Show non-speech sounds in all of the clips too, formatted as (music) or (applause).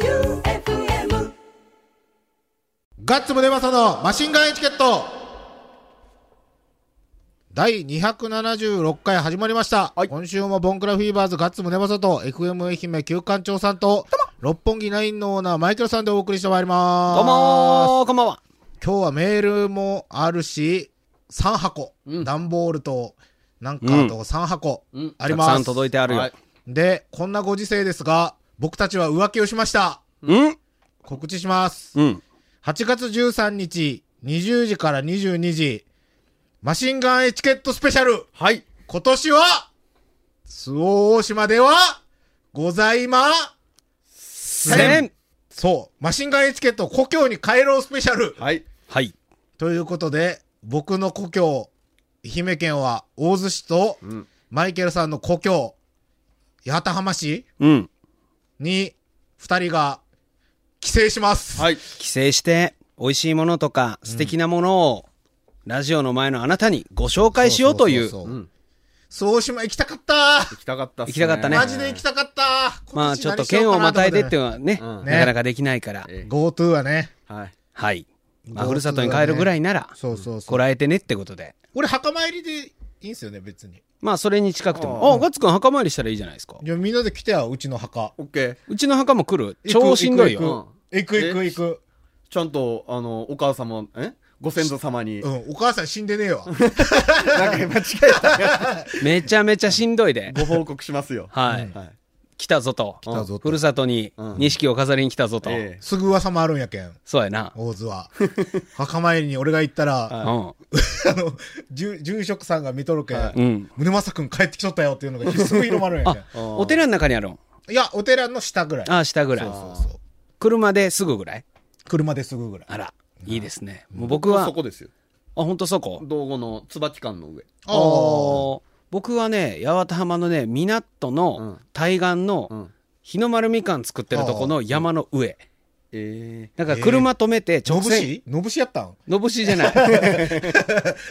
J-O-E-U-F-M ガッツムネマソのマシンガンエチケット第276回始まりました、はい今週もボンクラフィーバーズガッツムネマソと FM 愛媛旧館長さんと六本木ナインのオーナーマイケルさんでお送りしてまいりますどうもーこんばんは。今日はメールもあるし3箱、うん段ボールとなんかあと3箱うんあります、たくさん届いてあるよ。はいでこんなご時世ですが僕たちは浮気をしましたうん告知しますうん。 8月13日、20時から22時、マシンガンエチケットスペシャル、はい。今年は、周防大島では、ございま、せんそう、マシンガンエチケット故郷に帰ろうスペシャル。はい。はい。ということで、僕の故郷、愛媛県は大洲市と、んマイケルさんの故郷、八幡浜市うん。に、二人が、帰省します。はい。帰省して、美味しいものとか、素敵なものを、ラジオの前のあなたにご紹介しようといそう。うそううそうん周防大島行きたかった行きたかったっす行ね。きたかったねマジで行きたかった。まあ、ちょっと県をまたいでっていうのはね、うなんねかなかできないから。え GoTo はね。はい。はい。まあ、 GoTo ふるさとに帰るぐらいなら、そうそうそこう。らえてねってことで。俺、墓参りでいいんすよね、別に。まあ、それに近くてあも。あ、ガッツくん墓参りしたらいいじゃないですか。いや、みんなで来てよ、うちの墓。オッケー。うちの墓も来る。超しんどいよ。行行く行く行く。ちゃんと、あの、お母様、えご先祖様に。うん、お母さん死んでねえ (laughs) わ。なんか間違めちゃめちゃしんどいでえ。た。ご報告しますよ。はい。はい。来たぞと。たぞとふるさとにうん錦を飾りに来たぞと。ええすぐ噂もあるんやけん、そうやな。大津は。墓参りに俺が行ったら、あはうん。の、住住職さんが見とるけはんい、うん。宗正くん帰ってきとったよっていうのがすぐ広まるんやあけ、お寺の中にあるん。ん。いや、お寺の下ぐらい。あ、下ぐらいそう。そうそう。車ですぐぐらい。車ですぐぐらい。あら、いいですね。もう僕は、あそ、こですよ。ほんとそこ。道後の椿館の上。あーあー僕はね、八幡浜のね、港うのん対岸うのん日の丸みかん作ってるとこの山の上。ええだから車止めての直ぶ線。しのぶしやったんのぶしじゃない。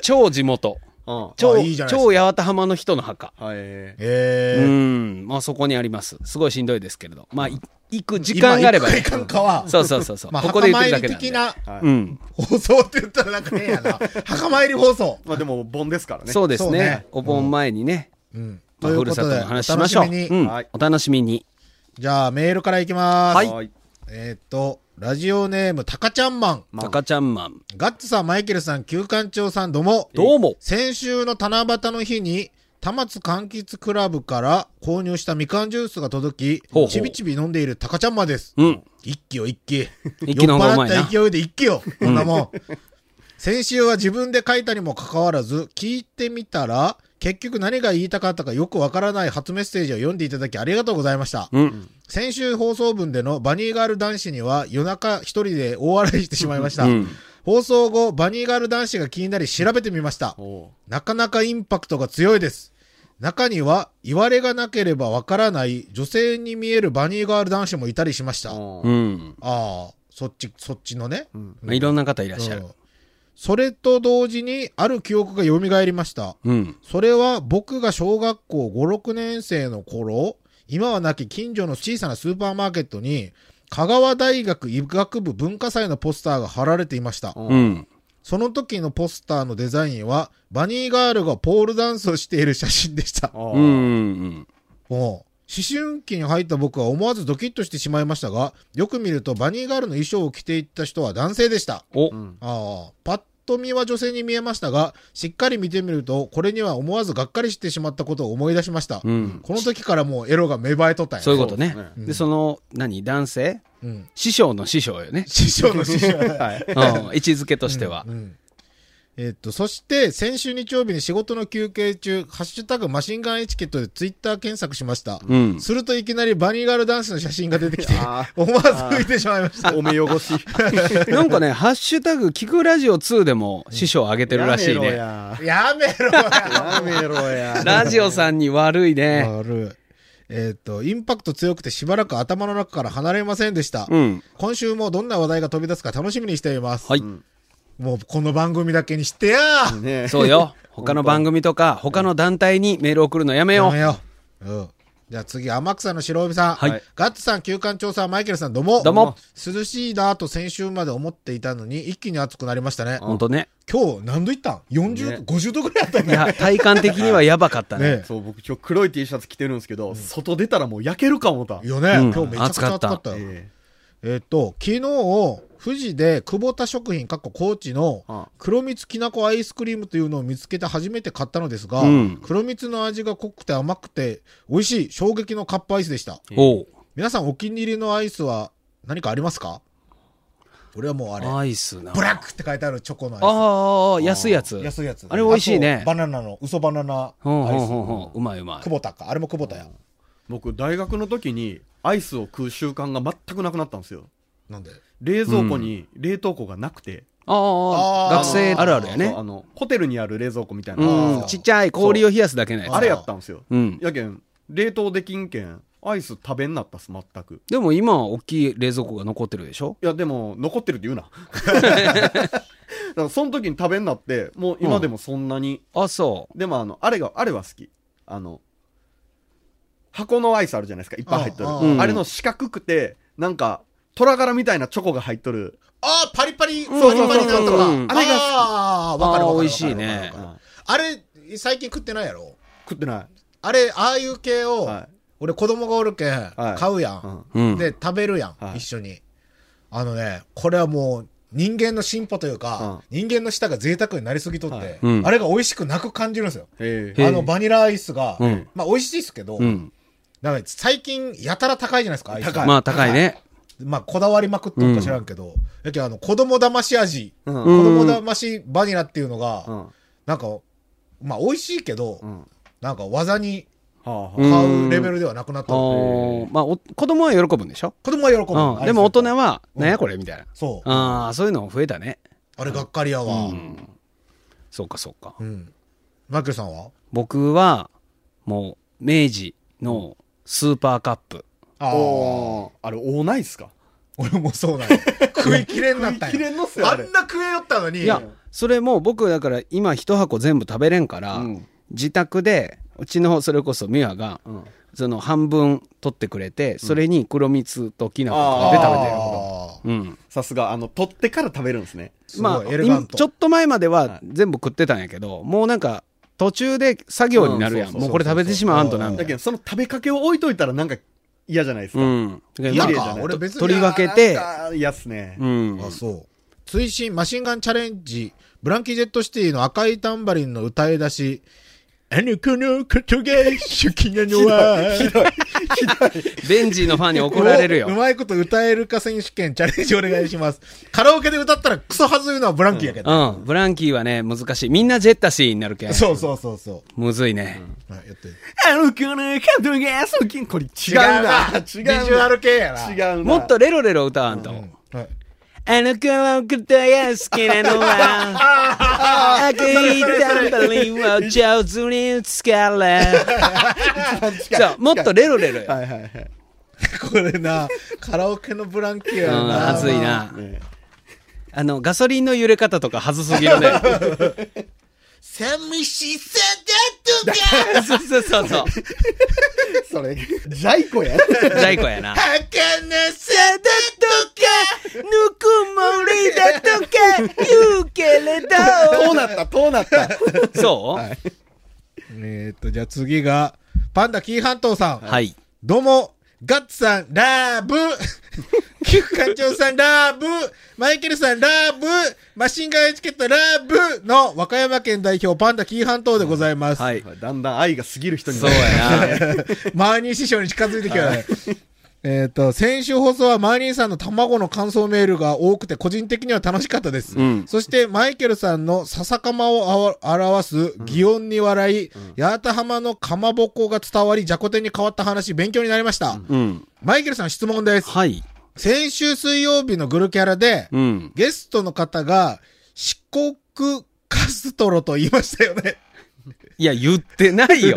超地元。あ超、いいじゃないですか超八幡浜の人の墓。はい。えええうえ。ん、まあそこにあります。すごいしんどいですけれど。まあ、い行く時間があれば今ね行くか行かんかは。そうそうそうそう。まあ、ここで言ってるだけなんで。墓参り的なはいうん。放送って言ったらなんか変やな。墓参り放送。まあでも、盆ですからね。そうですそうね。ねお盆前にね、うん。まあ、ふるさとの話しましょう。お楽しうみにんはい。お楽しみに。じゃあ、メールからいきます。はい。えーっと、ラジオネーム、たかちゃんマン。まあ赤ちゃんマン。ガッツさん、マイケルさん、旧館長さん、どうも。どうも。先週の七夕の日に、田松柑橘クラブから購入したみかんジュースが届きほうほ、うちびちび飲んでいるたかちゃんマンです。うん。一気よ、一気。 (laughs) 一気の方がうまいな酔っ払った勢いで一気 (laughs) よ、こんなもん。先週は自分で書いたにもかかわらず、聞いてみたら、結局何が言いたかったかよくわからない初メッセージを読んでいただきありがとうございました。うん。先週放送分でのバニーガール男子には夜中一人で大笑いしてしまいました。うん。放送後、バニーガール男子が気になり調べてみました。おうなかなかインパクトが強いです。中には、言われがなければわからない女性に見えるバニーガール男子もいたりしました。あおううん。あ、そっち、そっちのね。まあ、いろんな方いらっしゃうるん。それと同時に、ある記憶が蘇りました。うん。それは僕が小学校5、6年生の頃、今はなき近所の小さなスーパーマーケットに、香川大学医学部文化祭のポスターが貼られていました。うん。その時のポスターのデザインは、バニーガールがポールダンスをしている写真でした。おううん。うん。もう思春期に入った僕は思わずドキッとしてしまいましたが、よく見るとバニーガールの衣装を着ていった人は男性でした。お、ああ、パッと見は女性に見えましたが、しっかり見てみると、これには思わずがっかりしてしまったことを思い出しました。うん。この時からもうエロが芽生えとったんや。そういうことねそうです。ねで、その、何男性うん。。師匠の師匠よね師匠の師匠。はい。うん。位置づけとしてはう。ん。えっと、そして、先週日曜日に仕事の休憩中、ハッシュタグマシンガンエチケットでツイッター検索しました。うん。するといきなりバニーガールダンスの写真が出て (laughs) きてあ、思わず浮いてしまいました。お目汚し。 (laughs) なんかね、ハッシュタグ、聞くラジオ2でも師匠上げてるらしいやめろね。 (laughs) や。やめろややめろや。ラジオさんに悪いね。ある。えっ、と、インパクト強くてしばらく頭の中から離れませんでした。うん。今週もどんな話題が飛び出すか楽しみにしています。はい。もうこの番組だけにしてやーねそうよ。他の番組とか、他の団体にメール送るのやめやよめよう。うん。じゃあ次、天草の白帯さん。はいガッツさん、旧館長さん、マイケルさん、どうも。どうも。涼しいなぁと先週まで思っていたのに、一気に暑くなりましたね。ほんとね。今日、何度いったん ?40 度、50度ぐらいあったよいね。や、体感的にはやばかった (laughs) ね。ねそう、僕今日黒い T シャツ着てるんですけど、外出たらもう焼けるかもだ。よね、うん今日めちゃくちゃ暑かったよ。ええっと、昨日、富士で久保田食品、かっこ高知のああ黒蜜きなこアイスクリームというのを見つけて初めて買ったのですが、うん黒蜜の味が濃くて甘くて美味しい衝撃のカップアイスでした。おう。皆さんお気に入りのアイスは何かありますか俺はもうあれ、アイスな。ブラックって書いてあるチョコのああアああ、ああ安いやつ。イス。安いやつ。あれ美味しいねあとバナナの、嘘バナナほんアほイス。んほんほん。うまいうまい久。保田か。あれも久保田や。僕、大学の時にアイスを食う習慣が全くなくなったんですよ。なんで冷蔵庫に冷凍庫がなくて。ああああ、あー学生あるあるやそうね。あの、ホテルにある冷蔵庫みたいな。うん。ちっちゃい氷を冷やすだけのやあつ。れやったんですよ。うん。やけん、冷凍できんけん、アイス食べんなったっす、全く。でも今は大きい冷蔵庫が残ってるでしょいや、でも、残ってるって言 (laughs) うな。だから、その時に食べんなって、もう今でもそんなに。あ、そう。でも、あの、あれが、あれは好き。あの、箱のアイスあるじゃないですか、いっぱい入っとる。あああああれの四角くて、なんか、虎柄みたいなチョコが入っとる。ああ、パリパリ、んパリパリなんとか。うんあれがうんああ、わかるわかるわかるわかあーる。美味しいねわかるわかるあれ、最近食ってないやろ食ってなあれ、ああいう系を、はい俺子供がおるけん、はい買うや、い。うんん。うん。で、食べるやん、はい一緒に。あのね、これはもう、人間の進歩というか、人間の舌が贅沢になりすぎとって、はいうんあれが美味しくなく感じるんですよ。えへええ。あのバニラアイスが、うんまあ美味しいですけど、うん。だから最近やたら高いじゃないですか、アイス。高いまあ高いね。まあこだわりまくっとるか知らんけど、やけんあの子供騙し味、うん子供騙しバニラっていうのが、うん。はなんか、まあ美味しいけど、んなんか技にあはあうん買うレベルではなくなったあの。ーまあお子供は喜ぶんでしょ子供は喜ぶ。うん。でも大人は、なんやこれみたいな。そう。ああ、そういうの増えたね。あれがっかりやわ。う。うんん。そうかそうか。マイケルさんは僕は、もう、明治のスーパーカップ。ああ。おーあれ、おないっすか俺もそう (laughs) なんや。食いきれんなったんや。食いきれんのっすよああれんな食えよったのに。いや、それもう僕だから今一箱全部食べれんから、うん自宅で、うちのそれこそ美和が、うんその半分取ってくれて、それに黒蜜ときな粉とかで食べてる。あうん。さすが、あの、取ってから食べるんですね。すごいまあ、エレガント今ちょっと前までははい全部食ってたんやけど、もうなんか途中で作業になるやん。うんそうそうそうもうこれ食べてしまわんとなんだだけど、その食べかけを置いといたらなんか嫌じゃないですか。うん。だけあ。どいや綺麗じゃかな、い俺別に。取り分けてなんか嫌っすね。うん。あ、そう。追伸マシンガンチャレンジ、ブランキー・ジェット・シティの赤いタンバリンの歌い出し、あの子のことが好きなのは、ベンジーのファンに怒られるよう。まいこと歌えるか選手権チャレンジお願いします。カラオケで歌ったらクソはずいうのはブランキーやけど。うん。ブランキーはね、難しい。みんなジェッタシーになるけん。そうそうそうそむずいね。う。はいやってあの子のドが好き。これ違うな。違うなビジュアル系やな。違うな。もっとレロレロ歌わんと。うん。はいあの子はことが好きなのは、赤いタンバリンを上手に使れ。そう、もっとレロレロよ。はいはいはい。これな、カラオケのブランキーやうん、な。はずいな。ねあの、ガソリンの揺れ方とかはずすぎるね。寂しさだとか、そうそうそうそう。それ、ジャイコや。ジャイコやな。儚さだとか、ぬくもりだとか、言うけれど。 (laughs) どうなったどうなったそう、えー、っと、じゃあ次が、パンダ紀伊半島さん。はい。どうも、ガッツさん、ラー (laughs) ブキュッ館長さん、ラーブマイケルさん、ラーブマシンガンエチケット、ラーブの和歌山県代表、パンダ紀伊半島でございます。はい。だんだん愛が過ぎる人にそうやな。マーニー師匠に近づいてきたね。えっと、先週放送はマーニーさんの卵の感想メールが多くて個人的には楽しかったです。うんそしてマイケルさんの笹かまをあわ表す擬音に笑い、八幡浜のかまぼこが伝わり、じゃこ天に変わった話、勉強になりました。うん。マイケルさん質問です。はい。先週水曜日のグルキャラで、うん。ゲストの方が四国カストロと言いましたよね。いや、言ってないよ。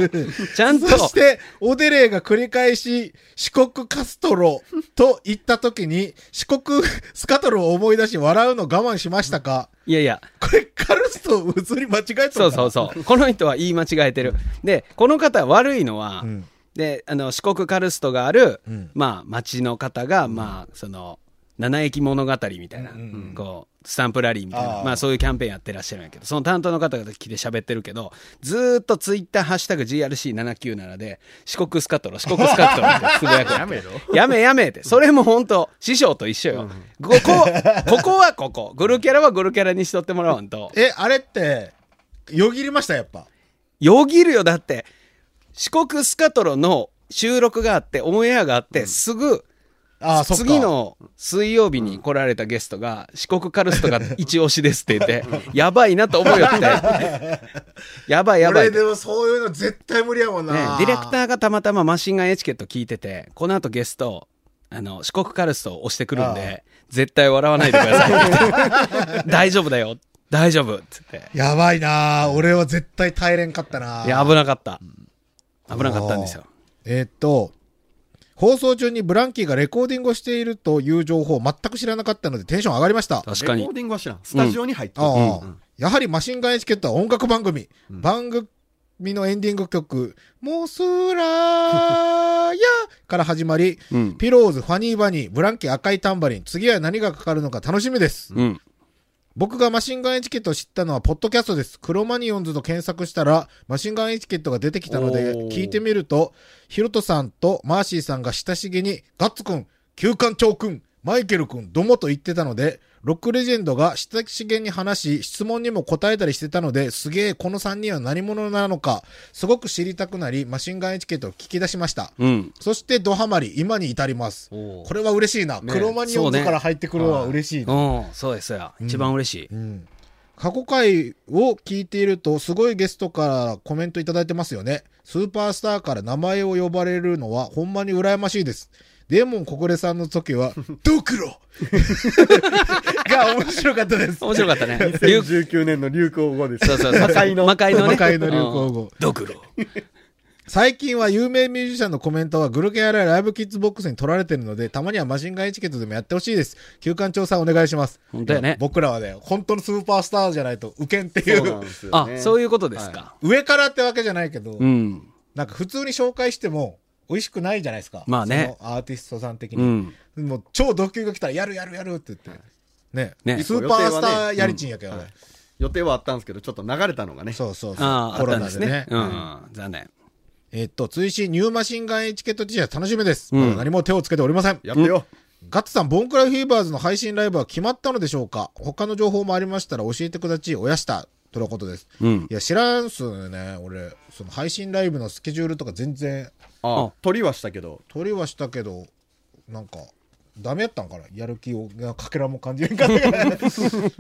ちゃんと。そして、オデレイが繰り返し、四国カストロと言った時 (laughs) に、四国スカトロを思い出し笑うの我慢しましたかいやいや、これ、カルスと移り間違えたそうそうそう。この人は言い間違えてる。で、この方悪いのは、んで、あの、四国カルストがある、んまあ、町の方が、まあ、その、七駅物語みたいな、こう、スタンプラリーみたいな、あーまあ、そういうキャンペーンやってらっしゃるんやけど、その担当の方が来て喋ってるけど、ずーっとツイッター、ハッシュタグ GRC797 で、四国スカトロ、四国スカトロってつぶやく (laughs) やめろ。やめやめって。それも本当師匠と一緒よ。ここ、ここはここ。グルキャラはグルキャラにしとってもらわんと。え、あれって、よぎりました、やっぱ。よぎるよ。だって、四国スカトロの収録があって、オンエアがあって、すぐ、ああ、そっか。次。の水曜日に来られたゲストが、四国カルス (laughs) トが一押しですって言って、やばいなと思うよって。やばいやばい俺って。でもそういうの絶対無理やもんな。ね、ディレクー。ターがたまたまマシンガンエチケット聞いてて、この後ゲスト、あの、四国カルストを押してくるんで、絶対笑わないでください (laughs) って。大丈夫だよ。大丈夫。っつって。やばいな俺は絶対耐えれんかったないや、危なかった。危なかったんですよ。えーっと、放送中にブランキーがレコーディングをしているという情報を全く知らなかったのでテンション上がりました。確かレにコー。ディングは知らん。スタジオに入ってるああ、うんやはりマシンガンエチケットは音楽番組。番組のエンディング曲、モスラーやから始まり、うん。ピローズ、ファニーバニー、ブランキー赤いタンバリン、次は何がかかるのか楽しみです。うん。僕がマシンガンエチケットを知ったのはポッドキャストです。クロマニオンズと検索したら、マシンガンエチケットが出てきたので、おー聞いてみると、ヒロトさんとマーシーさんが親しげに、ガッツくん、旧館長くん、マイケルくん、どもと言ってたので、ロックレジェンドが親しげに話し、質問にも答えたりしてたので、すげえ、この3人は何者なのか、すごく知りたくなり、マシンガンエチケットを聞き出しました。うん。そして、ドハマり、今に至ります。おーこれは嬉しいな。ねクロマニオンズから入ってくるのは嬉しいな。うん、そうですよ。一番嬉しい。うん過去回を聞いていると、すごいゲストからコメントいただいてますよね。スーパースターから名前を呼ばれるのは、ほんまに羨ましいです。デーモン小暮さんの時は、ドクロが面白かったです。面白かった (laughs) ね。リュウ2019年の流行語です。そうそうそう。魔界の魔界のね。魔界の流行語うんドクロ。最近は有名ミュージシャンのコメントは、グルケンやライブキッズボックスに取られてるので、たまにはマシンガンエチケットでもやってほしいです。休館調査お願いします。本当やね僕らはね、本当のスーパースターじゃないと、受けんっていそうなんうで。すよあね、そういうことですか。上からってわけじゃないけど、うん。なんか普通に紹介しても美味しくないじゃないですか。まあねそのアーティストさん的うに。ん。もう超ド級が来たらやるやるやるって言って。ねねスーパースターやりちんやけど、はい予定はあったんですけど、ちょっと流れたのがね。そうそうそう。ああ、あコったロんナですでねね。。うはいん。残念。えっと、追伸ニューマシンガンエチケット T シャツ楽しみです。うんまだ何も手をつけておりません。やってよ。ガッツさん、ボンクラフィーバーズの配信ライブは決まったのでしょうか他の情報もありましたら教えてくだち、おやした。とのことです。うんい。や、知らんすよね。俺、その配信ライブのスケジュールとか全然あああ、取りはしたけど。取りはしたけどなんかダメやったんかなやる気をがかけらも感じるから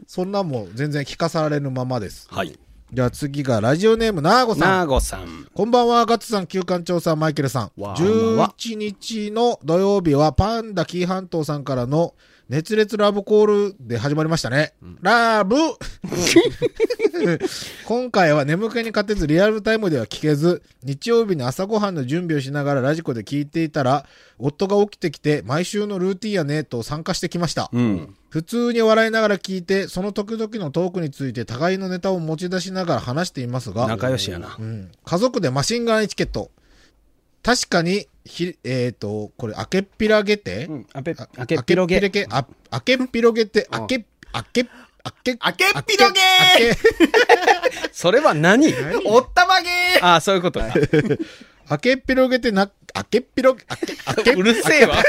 そんなんも全然聞かされぬままですはい。じゃあ次がラジオネームなーごさナーんゴさん。こんばんはガッツさん旧館長さんマイケルさんわあ11日の土曜日はパンダ紀伊半島さんからの熱烈ラブコールで始まりましたね、ラブ (laughs) 今回は眠気に勝てずリアルタイムでは聞けず、日曜日に朝ごはんの準備をしながらラジコで聞いていたら、夫が起きてきて、毎週のルーティンやね、と参加してきました。うん。普通に笑いながら聞いて、その時々のトークについて互いのネタを持ち出しながら話していますが、仲良しやなう。ん、家族でマシンガンエチケット。確かにひ、えっ、と、これ、明けっぴらげて、うん。あけ、ああけっぴろ明けげ。っぴらあ明けっぴろげって、明け、明け、明け、明けっぴろげー明けそれは何おったまげーああ、そういうことか。明けっぴろげてな、明けっぴろげ、明け、明け (laughs) うるせえわ。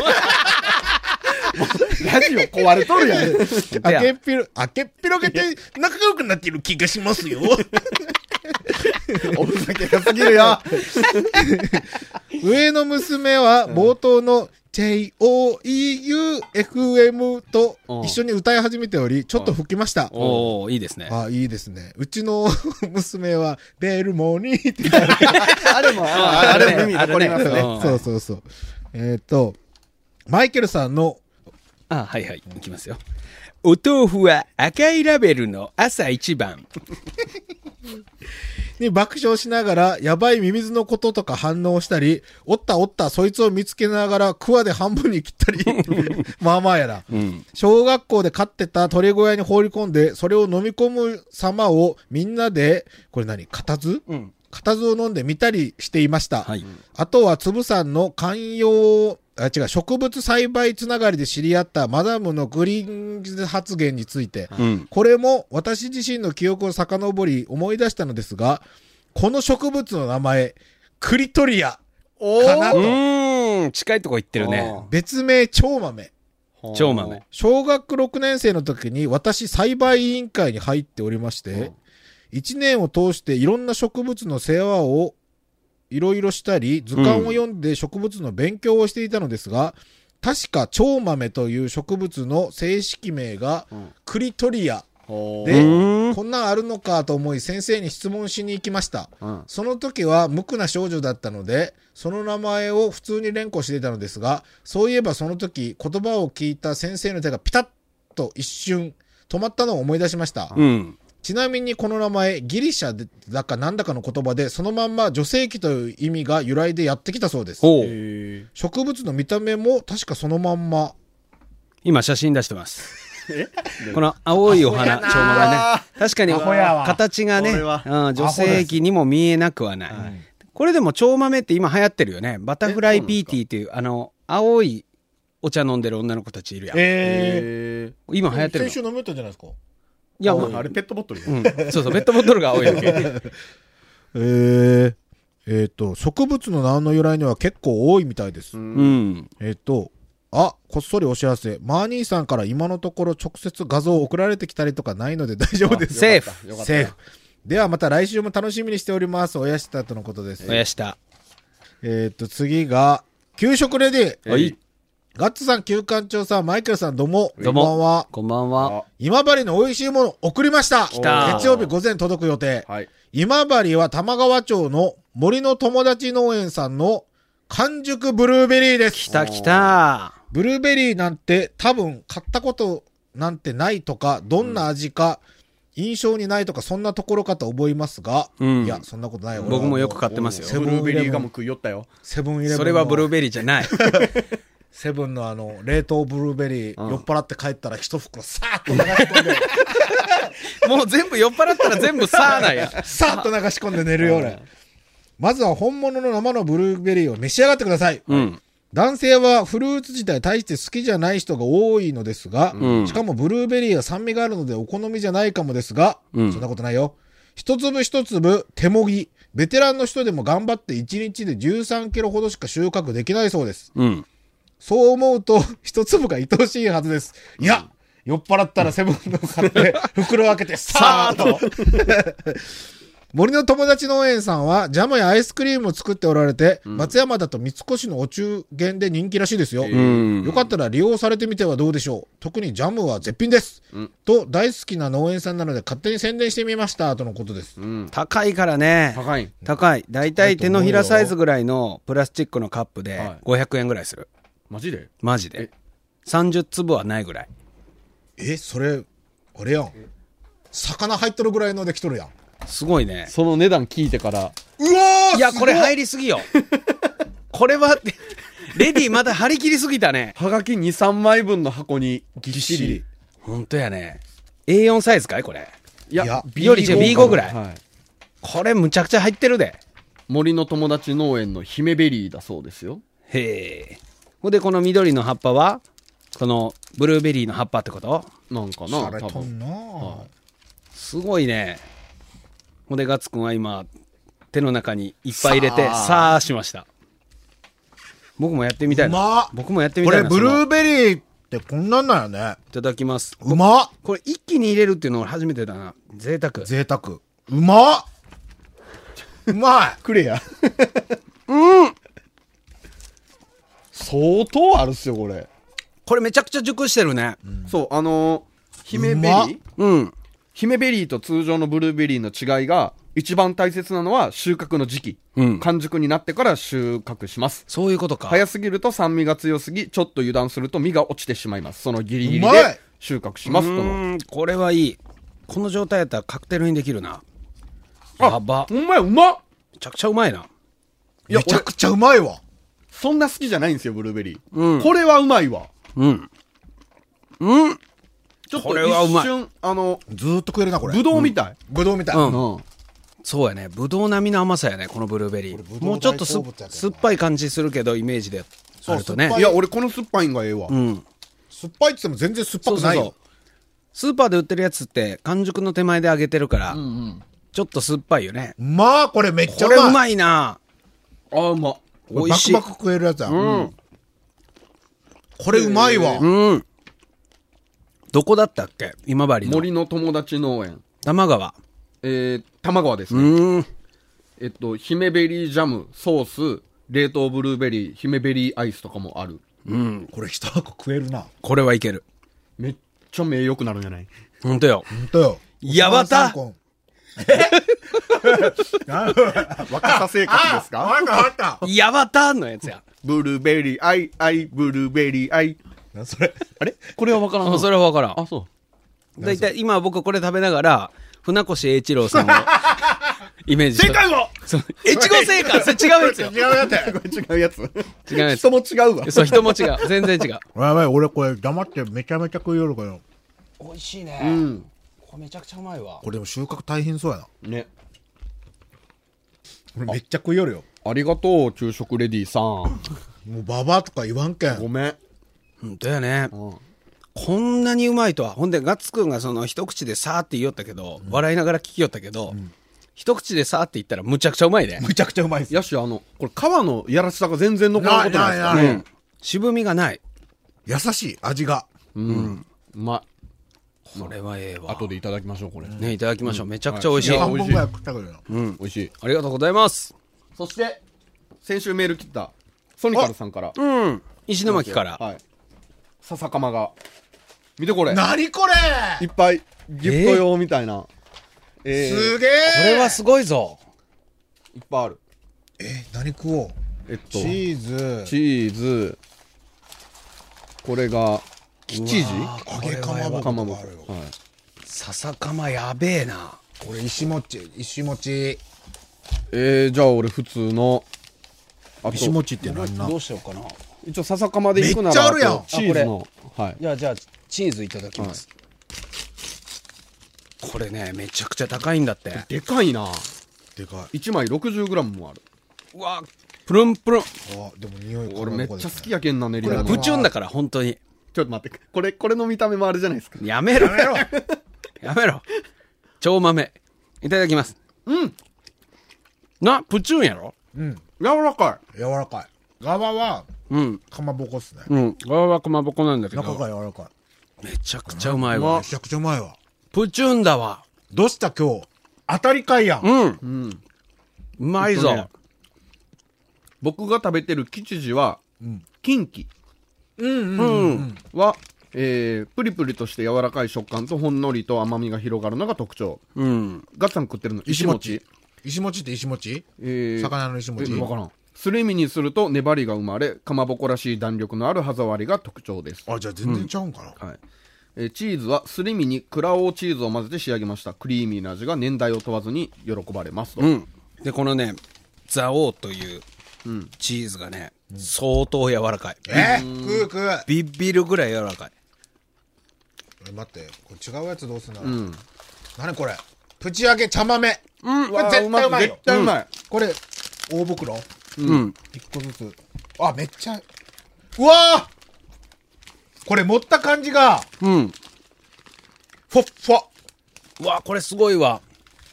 ラジオ壊れとるや (laughs) ん。明けっぴろ、明けっぴろげて仲良くなってる気がします (laughs) よ。おふざけがすぎ (laughs) るよ。上の娘は冒頭の JOEUFM と一緒に歌い始めており、ちょっと吹きました。おおいいですね。あ、いいですね。うちの (laughs) 娘は、ベルモニーって言ってあれも、ああれも耳残りますあるね。うんそうそうそう。えっと、マイケルさんの、あ、はいはい。いきますよ。お豆腐は赤いラベルの朝一番。に爆笑しながら、やばいミミズのこととか反応したり、おったおった、そいつを見つけながら、クワで半分に切った (laughs) り、まあまあやな。うん。小学校で飼ってた鳥小屋に放り込んで、それを飲み込む様をみんなで、これ何固図うん。固唾を飲んで見たりしていました。はい。あとは、つぶさんの観葉、あ、違う、植物栽培つながりで知り合ったマダムのグリーン発言について、うん。これも私自身の記憶を遡り思い出したのですが、この植物の名前、クリトリアおかなうと、ーん、近いとこ行ってるね。別名蝶豆。超豆。小学6年生の時に私栽培委員会に入っておりまして、1年を通していろんな植物の世話をいろいろしたり、図鑑を読んで植物の勉強をしていたのですが、確か蝶豆という植物の正式名がうんクリトリアで、でうーんこんなんあるのかと思い先生に質問しに行きました。うんその時は無垢な少女だったので、その名前を普通に連呼していたのですが、そういえばその時、言葉を聞いた先生の手がピタッと一瞬止まったのを思い出しました。うん。ちなみにこの名前、ギリシャだかなんだかの言葉で、そのまんま女性器という意味が由来でやってきたそうです。ほう。え植物の見た目も確かそのまんま。今写真出してます。この青いお花、蝶豆ね。確かにアホやわ形がね、こうれんは女性器にも見えなくはない。これでも蝶豆って今流行ってるよね。バタフライピーティーっていう、あの、青いお茶飲んでる女の子たちいるやん。ええ今流行ってるの。い先週飲めたじゃないですか。や、もうあれペットボトルやうん、そうそう、ペットボトルが多いだけ。えー、えっ、と、植物の名の由来には結構多いみたいです。うん。えっと、あ、こっそりお知らせ。マーニーさんから今のところ直接画像送られてきたりとかないので大丈夫です。セーフ。よかったセーフ。ではまた来週も楽しみにしております。おやしたとのことです。おやした。えっと、次が、給食レディ。おい。ガッツさん、旧館長さん、マイケルさん、どうも。どうもこんばんは。こんばんは。今治の美味しいもの送りました。来た月曜日午前届く予定。はい今治は玉川町の森の友達農園さんの完熟ブルーベリーです。来た来た。ブルーベリーなんて多分買ったことなんてないとか、どんな味か、印象にないとか、そんなところかと思いますが、うんいや、そんなことない。俺は僕もよく買ってますセよ。ブブンルイレブンーベリーがも食いよったよセブンイレブンの。それはブルーベリーじゃない。セブンのあの、冷凍ブルーベリー、うん酔っ払って帰ったら一袋さーっと流し込んで、 (laughs) もう全部酔っ払ったら全部さあないや。さーっと流し込んで寝るよ、俺。まずは本物の生のブルーベリーを召し上がってください。うん。男性はフルーツ自体大して好きじゃない人が多いのですが、うんしかもブルーベリーは酸味があるのでお好みじゃないかもですが、うんそんなことないよ。一粒一粒手もぎ。ベテランの人でも頑張って1日で13キロほどしか収穫できないそうです。うん。そう思うと一粒が愛おしいはずです。いや、酔っ払ったらセブンの買 (laughs) って袋を開けてさーっと。 (laughs) 森の友達農園さんはジャムやアイスクリームを作っておられて、松山だと三越のお中元で人気らしいですよ。んよかったら利用されてみてはどうでしょう。特にジャムは絶品です。と大好きな農園さんなので勝手に宣伝してみましたとのことです。うん高いからね。高い高い。だいたい手のひらサイズぐらいのプラスチックのカップでは500円ぐらいする。マジでマジで。30粒はないぐらい。え、それ、あれやん。魚入っとるぐらいのできとるやん。すごいね。その値段聞いてからうわいや、これ入り (laughs) すぎよ。これは、レディまだ張り切りすぎたね。はがき23枚分の箱にぎっしりほんとやね。A4 サイズかいこれ。いいやよりじゃあ B5 ぐらいはいこれむちゃくちゃ入ってるで。森の友達農園の姫ベリーだそうですよへえ。ほんで、この緑の葉っぱは、このブルーベリーの葉っぱってことなんかなされ多と分んなすごいね。ほんで、ガッツくんは今、手の中にいっぱい入れて、さあさあしました。僕もやってみたいうまなっ。僕もやってみこたれいな。ブルそのーベリーってこんなんなんやねいただきます。うまっこれ一気に入れるっていうのは初めてだな。贅沢。贅沢うまっうまいくれやうん相当あるっすよこれこれめちゃくちゃ熟してるね。そうあのー姫ベリうまっーうん。姫ベリーと通常のブルーベリーの違いが一番大切なのは収穫の時期、うん完熟になってから収穫しますそういうことか。早すぎると酸味が強すぎちょっと油断すると実が落ちてしまいますそのギリギリうまいで収穫しますうとのーん、これはいい。この状態やったらカクテルにできるな。あやば。ほんまやうまっめちゃくちゃうまいな。やめちゃくちゃうまいわそんな好きじゃないんですよブルーベリー、うんこれはうまいわうん。ちょっとこれはうまい一瞬あのずーっと食えるなこれぶどうみたい、ぶどうみたい、うんうんそうやねブドウ並みの甘さやねこのブルーベリードウもうちょっとす大好物やけどな酸っぱい感じするけどイメージであるとそう酸っねぱいや俺この酸っぱいんがええわ、うん酸っぱいって言っても全然酸っぱそうくそなういそようスーパーで売ってるやつって完熟の手前で揚げてるから、ちょっと酸っぱいよねまあこれめっちゃこうれうまいまいなあうま美味バしクいバク食えるやつや、うんこれうまいわ、うんどこだったっけ今治の森の友達農園多摩川えー、玉川ですね、うんえっと姫ベリージャムソース冷凍ブルーベリー姫ベリーアイスとかもあるこれ一箱食えるなこれはいけるめっちゃ目良くなるんじゃない本当よほんとよやばた (laughs) 若さ生活ですか分かったヤバタンのやつや (laughs) ブルーベリーアイアイブルーベリーアイなそれあれこれは分からあそれは分からんそ大体今僕これ食べながら、船越英一郎さんを (laughs) イメージして。はそう越後製菓それ違うやつよ。違うやつや (laughs) これ違うやつ違うやつ人も違うわ (laughs) そう、人も違う。全然違う。やばい俺これ黙ってめちゃめちゃ食いよるから美味しいね。んこれめちゃくちゃうまいわ。これでも収穫大変そうやなねこれめっちゃ食いよるよありがとう昼食レディーさんもうババアとか言わんけんごめん本当やね。こんなにうまいとは。ほんで、ガッツくんがその一口でさーって言いよったけど、笑いながら聞きよったけど、一口でさーって言ったらむちゃくちゃうまいね。むちゃくちゃうまいっすやしあのこれ皮のやらしさが全然残らんことないですかなねいうん渋みがない。優しい味がうまこれはええいわ。後でいただきましょうこれね、いただきましょう。めちゃくちゃ美味しい。や半あ美味本しいぐらい食ったけどな美味しいりがとうございます。そして先週メール来たソニカルさんからうん。石巻から。はい笹かまが見てこれ何これいっぱいギフト用みたいなえーすげえこれはすごいぞ。いっぱいあるえ何食おうえっとチーズチーズこれが吉時揚げかまぼかまこぼがこあるよはい笹かまやべえなこれ石餅石餅えー、じゃあ俺普通のあと石餅って何などうしようかな一応笹かまでいくめならっちゃあるやんとチーズのはいじゃあじゃあチーズいただきます、これねめちゃくちゃ高いんだってでかいなでかい1枚 60g もあるうわプルンプルンあでも匂いかまぼ俺こめっでちゃ好すねきやけんな練りこれ物ぶちちゅんだから本当にょっと待ってこれこれの見た目もあれじゃないですかやめろやめろやめろ超豆いただきますうんなプチュンやろ柔らかい柔らかい側はうんかまぼこっすねうん側はかまぼこなんだけ中どが柔らかめちゃくちゃうまいわいめちゃくちゃうまいわプチュンだわどうした今日当たり会やんうん、うまいぞ、えっとね僕が食べてる吉時は、キンキうんは、えー、プリプリとして柔らかい食感とほんのりと甘みが広がるのが特徴うんガッツさん食ってるの石石餅餅石餅って石餅えー魚の石餅えわからんすり身にすると粘りが生まれかまぼこらしい弾力のある歯触りが特徴です、あじゃあ全然ちゃうんかなはいえーチーズはすり身にクラオーチーズを混ぜて仕上げましたクリーミーな味が年代を問わずに喜ばれますと、うん。で、このね、ザオーというチーズがね、相当柔らかい。えー食う食うビビるぐらい柔らかい。え待ってこれ違うやつどうすんだろう何これプチ揚げ茶豆うんこれ絶対うまいよ絶対うまい、これ大袋うん。一個ずつあめっちゃうわーこれ持った感じがうん。フォッフォうわ、これすごいわ。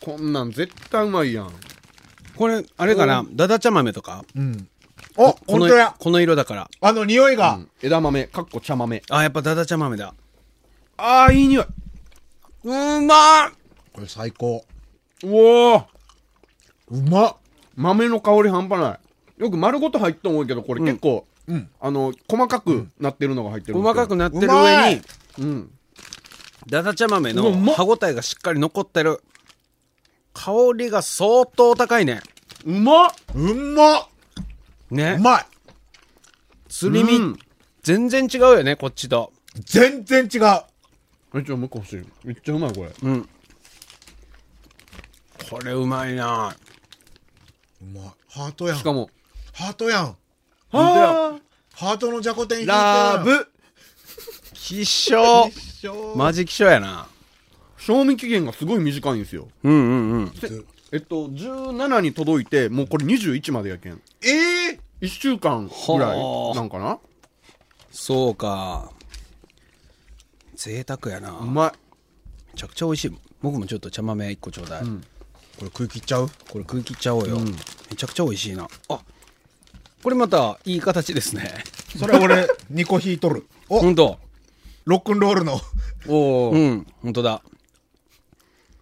こんなん絶対うまいやんこれ、あれかな、ダダ茶豆とかおこ本の当やこの色だから。あの匂いが、枝豆かっこ茶豆あ、やっぱダダ茶豆だ。あーいい匂いうまーこれ最高おおうまっ豆の香り半端ないよく丸ごと入って思うけどこれ結構、あの細かくなってるのが入ってるんです細よかくなってるうま上いに、うんダダ茶豆のうまっ歯ごたえがしっかり残ってる。香りが相当高いね。うまっうんまっうね。まいすり身、うん全然違うよね、こっちと。全然違うえ、ちょ、もう一個欲しい。めっちゃうまい、これ。うん。これうまいなうまいハートやんしかも、ハートやんはハートのじゃこ天ー引いてるやんラブ希少 (laughs) 一緒マジ希少やな賞味期限がすごい短いんですよ。うんうんうん。ずえっと17に届いてもうこれ21までやけんええ1週間ぐらはいあなんかなそうか。贅沢やな。うめまちゃくちゃ美味しい。僕もちょっと茶豆一個ちょうだい。これ食い切っちゃうこれ食い切っちゃおうよ。めちゃくちゃ美味しいな。あこれまたいい形ですね。それ俺、2個引いとる。お、 (laughs) 本当ロックンロールの。いおお、うん、本当だ。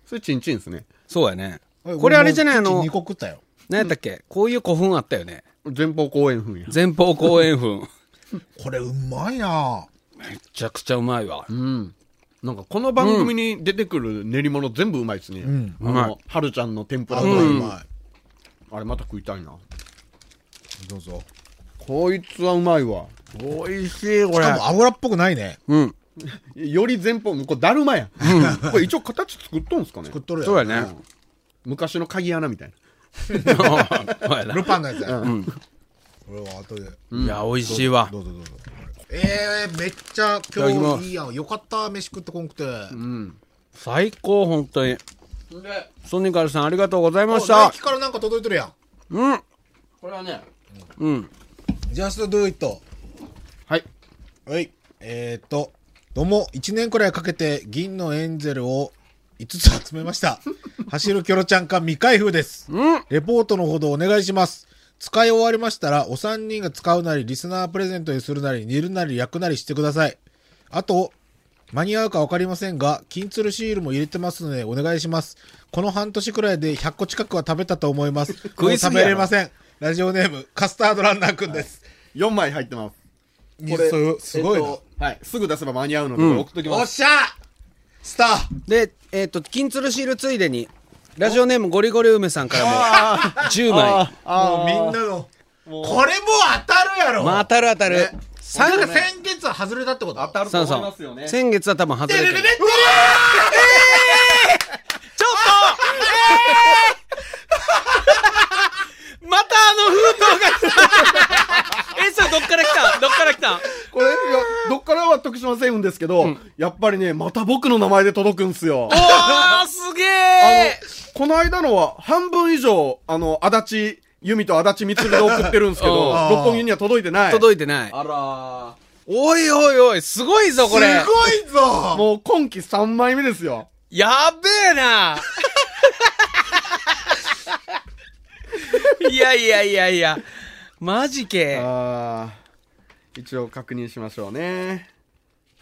それチンチンですねそうやね。 (laughs) これあれじゃないあの2、個食ったよ。何やったっけこういう古墳あったよね。前方後円墳や前方後円墳。これうまいなめちゃくちゃうまいわ。うんなんかこの番組に出てくる練り物全部うまいですね、んあのうまいはるちゃんの天ぷらあ、うとまか、いうま。あれまた食いたいないどうぞ。こいつはうまいわおいしいこしかも油っぽくないね。うん。より前方これだるまや、これ一応形作っとんすかね食っとるそうややん。ね。昔の鍵穴みたい (laughs) そなうやルパンのやつや。これは後で。な。いや、美味しいわど。うぞどうぞ。ええ、めっちゃいただき今ま日すいいやん。よかった、飯食ってこんくて。うん最高、本当に。でソニカルさん、ありがとうございまおした大。輝からなんか届いてるやん。うん。これはねうん。 Just do it. はいはい。えっ、ー、と、どうも、1年くらいかけて銀のエンゼルを5つ集めま (laughs) した。走るキョロちゃんか未開封です。うん。レポートのほどお願いします。使い終わりましたら、お三人が使うなり、リスナープレゼントにするなり、煮るなり、焼くなりしてください。あと、間に合うかわかりませんが、金鶴シールも入れてますので、お願いします。この半年くらいで100個近くは食べたと思います。食いす食ぎやべれろません。ラジオネーム、カスタードランナーくんです。 4枚入ってますこれ、すごいな。えっとはい、すぐ出せば間に合うので、これ送っときおまっす。しゃスターで、えっ、と、金鶴シールついでに、ラジオネームゴリゴリ梅さんからも、10枚。もうみんなのこれもう当たるやろまあ、当たる当たる。だから3月。先月は外れたってこと当たるとそう思いそますよねう。。先月は多分外れててるれれれ。ってちょっとまたあの封筒が来たえ、それどっから来たんどっから来たんこれ、いやどっからは徳島セブンですけど、やっぱりね、また僕の名前で届くんすよ。おーすげえこの間のは、半分以上、あの、足立、由美と足立光で送ってるんですけど、あー六本木には届いてない。届いてない。あらおいおいおい、すごいぞ、これす。ごいーぞもう今季3枚目ですよ。やべえな。いやいやいやいや。マジけ。あー一応確認しましょうね。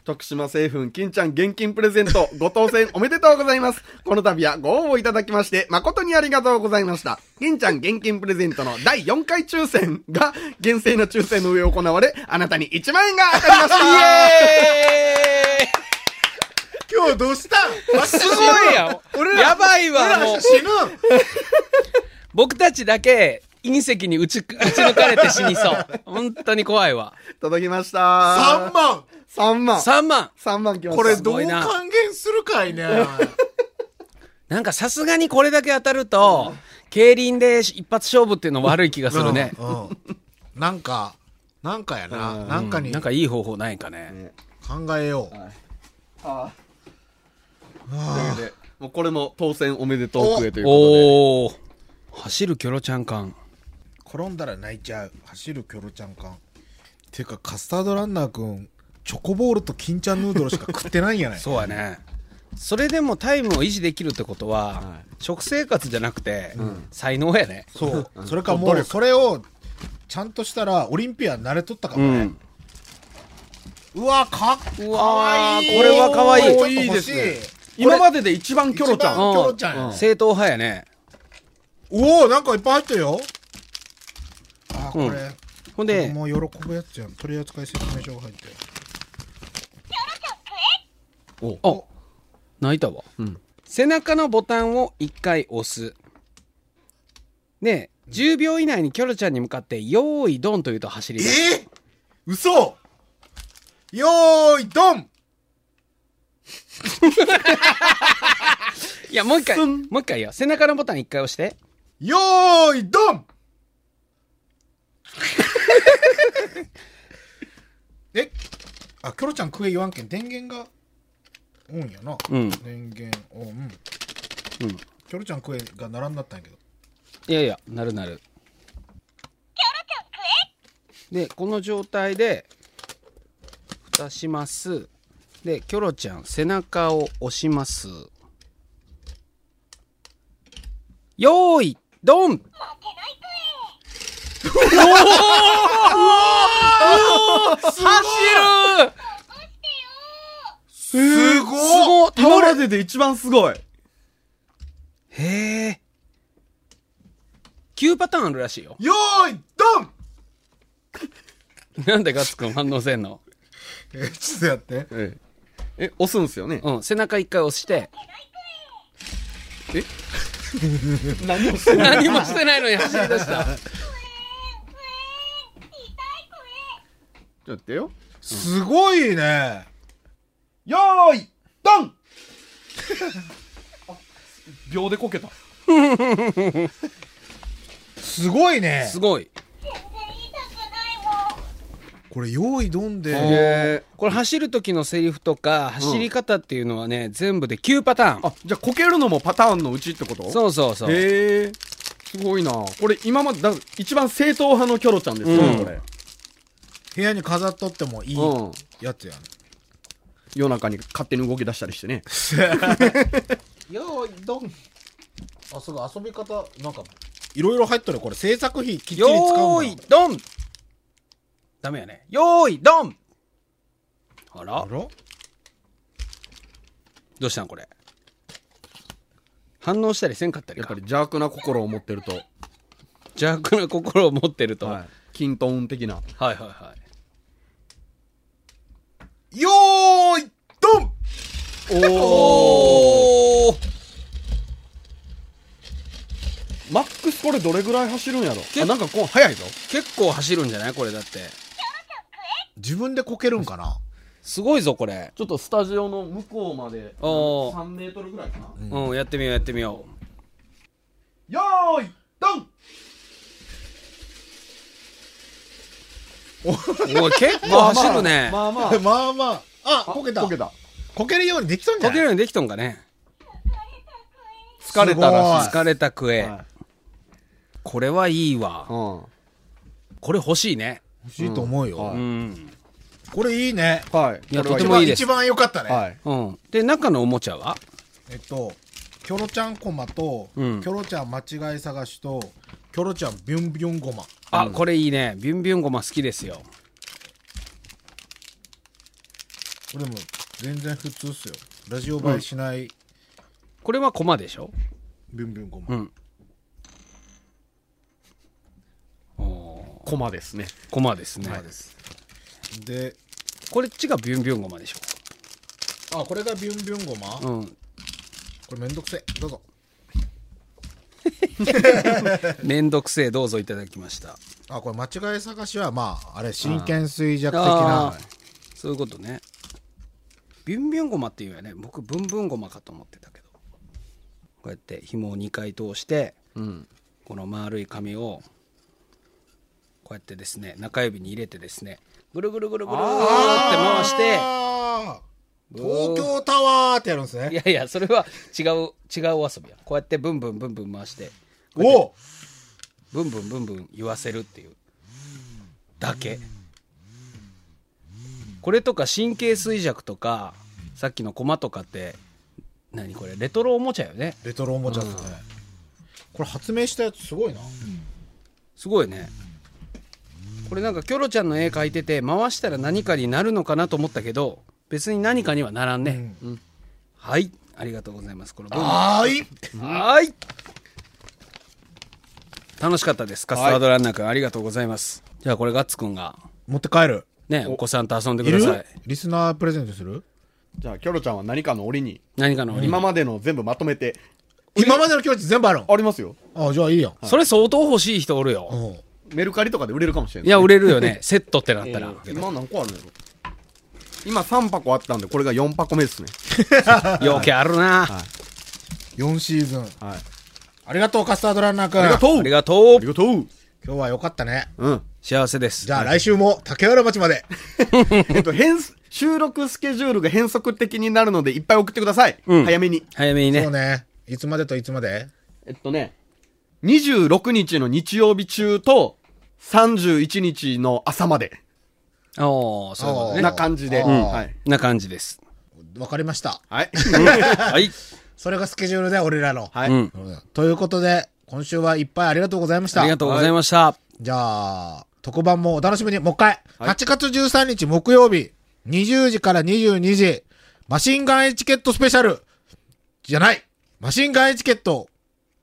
徳島製粉金ちゃん現金プレゼ (laughs) ントご当選おめでとうございます。この度はご応募いただきまして誠にありがとうございました。金ちゃん現金プレゼントの第4回抽選が厳正な抽選の上行われ、あなたに1万円が当たりましイた。エ今日どうしたーイすごいやん。やばいわ、もう。死ぬ僕たちだけ隕石に打ち、打ち抜かれて死にそう。本当に怖いわ。届きました。 3万3万。 3万。 3万きました。これどごういな還元するかいねなんかさすがにこれだけ当たると、競輪で一発勝負っていうの悪い気がするね。うんうんなんかなんかやなうんなんかになんかいい方法ないんかね。考えようあーというわけでもうこれも当選おめでとうくえということで。おおー走るキョロちゃん感転んだら泣いちゃう走るキョロちゃん感ていうかカスタードランナーくんチョコボールと金ちゃんヌードルしか食ってないんやないそうやねそれでもタイムを維持できるってことは、は食生活じゃなくて、才能やねそう。それかもう、それを、ちゃんとしたら、オリンピアン慣れとったかもね。うわ、かっこいい。うわーこれはかわいいちょっと欲しいいいで。今までで一番キキョロちゃん。キョロちゃんやうん。正統派やねおおなんかいっぱい入ってるよ。あー、これ。ほんでもう喜ぶやつやん。取扱説明書が入ってる。あ泣いたわ、ん背中のボタンを1回押すで10秒以内にキョロちゃんに向かって「用意ドン」と言うと走り出すえー、嘘よーい、ドンいやもう一回もう一回よ背中のボタン1回押してよーい、ドン (laughs) えあ、キョロちゃん食え言わんけん、電源がオンやな。うん電源オン。キョロちゃん声が並んだったんやけど。いやいやなるなるでこの状態で蓋しますでキョロちゃん背中を押しますよーいドンすごい今までで一番すごいへえ9パターンあるらしいよよーいドン (laughs) なんでガッツくん反応せんの (laughs) えー、ちょっとやって。えええ押すんすよねうん背中一回押して何をして何もしてないのに走り出したちょっと待ってよすごいね。よーいドン秒でこけたすごいねす。ごいこれ、用意どんで。へえこれ走る時のセリフとか走り方っていうのはね、全部で9パターンあじゃあこけるのもパターンのうちってことそうそうそうへえすごいなこれ今までだ一番正統派のキョロちゃんですよ、うんこれ部屋に飾っとってもいいうんやつやね。夜中に勝手に動き出したりしてね用意どん。あ、すごい、遊び方、なんか、いろいろ入っとる。これ、制作費きっちりよ使うんだ。ーいドンダメやねよーいドンあらあらどうしたんこれ反応したりせんかったりやっかぱり邪悪な心を持ってると、邪悪な心を持ってると、はい、均等運的なはいはいはいよーいドンおー (laughs) マックスこれどれぐらい走るんやろけあなんかこう速いぞ結構走るんじゃないこれだって自分でこけるんかなすごいぞこれちょっとスタジオの向こうまでおー3メートルぐらいかなうん、やってみようやってみようよーいドン (laughs) おい結構走るね、まあまあ (laughs) まあまあ。あ、こけた。こけたこけるようにできそうじゃ溶けるないようにできとんかね疲れたらしすいご疲れた食え、はいこれはいいわうんこれ欲しいね欲しいと思うよ。うんはういん、これいいね。はいいやこれはとてもいいです一番良かったね。はいうん、で中のおもちゃはえっと、キョロちゃんコマと、うんキョロちゃん間違い探しと、キョロちゃんビュンビュンゴマ。あ、これいいねビュンビュンゴマ好きですよこれも全然普通っすよ。ラジオ映えしないこれはコマでしょビュンビュンゴマ。うんコマですねコマですねで、これっちがビュンビュンゴマでしあ、これがビュンビュンゴマ、ょ、うん、これめんどくせえ。どうぞ。めんどくせえどうぞいただきましたあ、これ間違い探しは、まあ、あれ、真剣衰弱的なあ。ーそういうことねビュンビュンゴマっていうよね僕ブンブンゴマかと思ってたけどこうやって紐を2回通してうんこの丸い紙をこうやってですね中指に入れてですねぐるぐるぐるぐるーって回してあー東京タワーってやるんですいね。やいやそれは違う違うお遊びやこうやってブンブンブンブン回しておブンブンブンブン言わせるっていうだけこれとか神経衰弱とかさっきのコマとかって何これレトロおもちゃよねレトロおもちゃですね。これ発明したやつすごいな。すごいねこれなんかキョロちゃんの絵描いてて回したら何かになるのかなと思ったけど別に何かにはならんね、うんはいありがとうございますこのブンブンあーいはい。楽しかったです。カスタードランナー君、ありがとうございます。じゃあこれガッツ君が、持って帰る。ね、お子さんと遊んでいくださいる。リスナープレゼントするじゃあキョロちゃんは何かの折に何かの折今までの全部まとめて今までの境地全部あるんありますよあ、じゃあいいやん。それ相当欲しい人おるうよ。ん。メルカリとかで売れるかもしれないいや、売れるよね。セットってなったら。今何個あるんやろ今3箱あったんでこれが4箱目ですね要件あるな。 4シーズン。はいありがとう、カスタードランナーくん。ありがとうありがとありう。がとう今日は良かったね。うん幸せです。じゃあ来週も竹原町まで。えっと変す収録スケジュールが変則的になるのでいっぱい送ってください、うん早めに早めにそねう。ね。いつまでといつまでえっとね、26日の日曜日中と、31日の朝まで、おー、そういうことね。な感じで。あーはい。な感じです。わかりました。はい。はい。それがスケジュールで、俺らの。はうい。ん。うんということで、今週はいっぱいありがとうございました。ありがとうございました。じゃあ、特番もお楽しみに、もう一回。はい8月13日木曜日、20時から22時、マシンガンエチケットスペシャル、じゃない。マシンガンエチケット。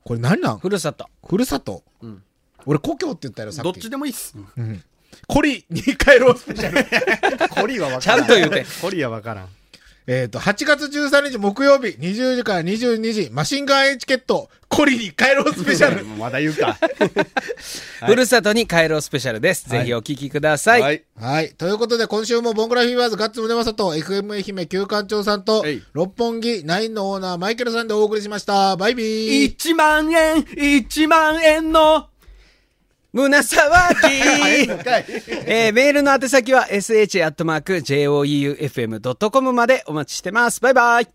これ何なんふるさと。ふるさと、ん俺故郷って言ったよ、さっき。どっちでもいいっす。コリに帰ろうスペシャル。コリはわちゃんと言うて。コリはわからん。 (laughs) えっと、8月13日木曜日、20時から22時、マシンガンエチケット、コリに帰ろうスペシャル。まだ言うか。ふるさとに帰ろうスペシャルです。ぜひお聞きください。はい。はい。ということで、今週もボンクラフィーバーズガッツムネマサと、FM 愛媛旧館長さんとはい、六本木ナインのオーナーマイケルさんでお送りしました。バイビー。 1万円、1万円の、胸騒ぎえーメールの宛先は sh.joeufm.com までお待ちしてます。バイバイ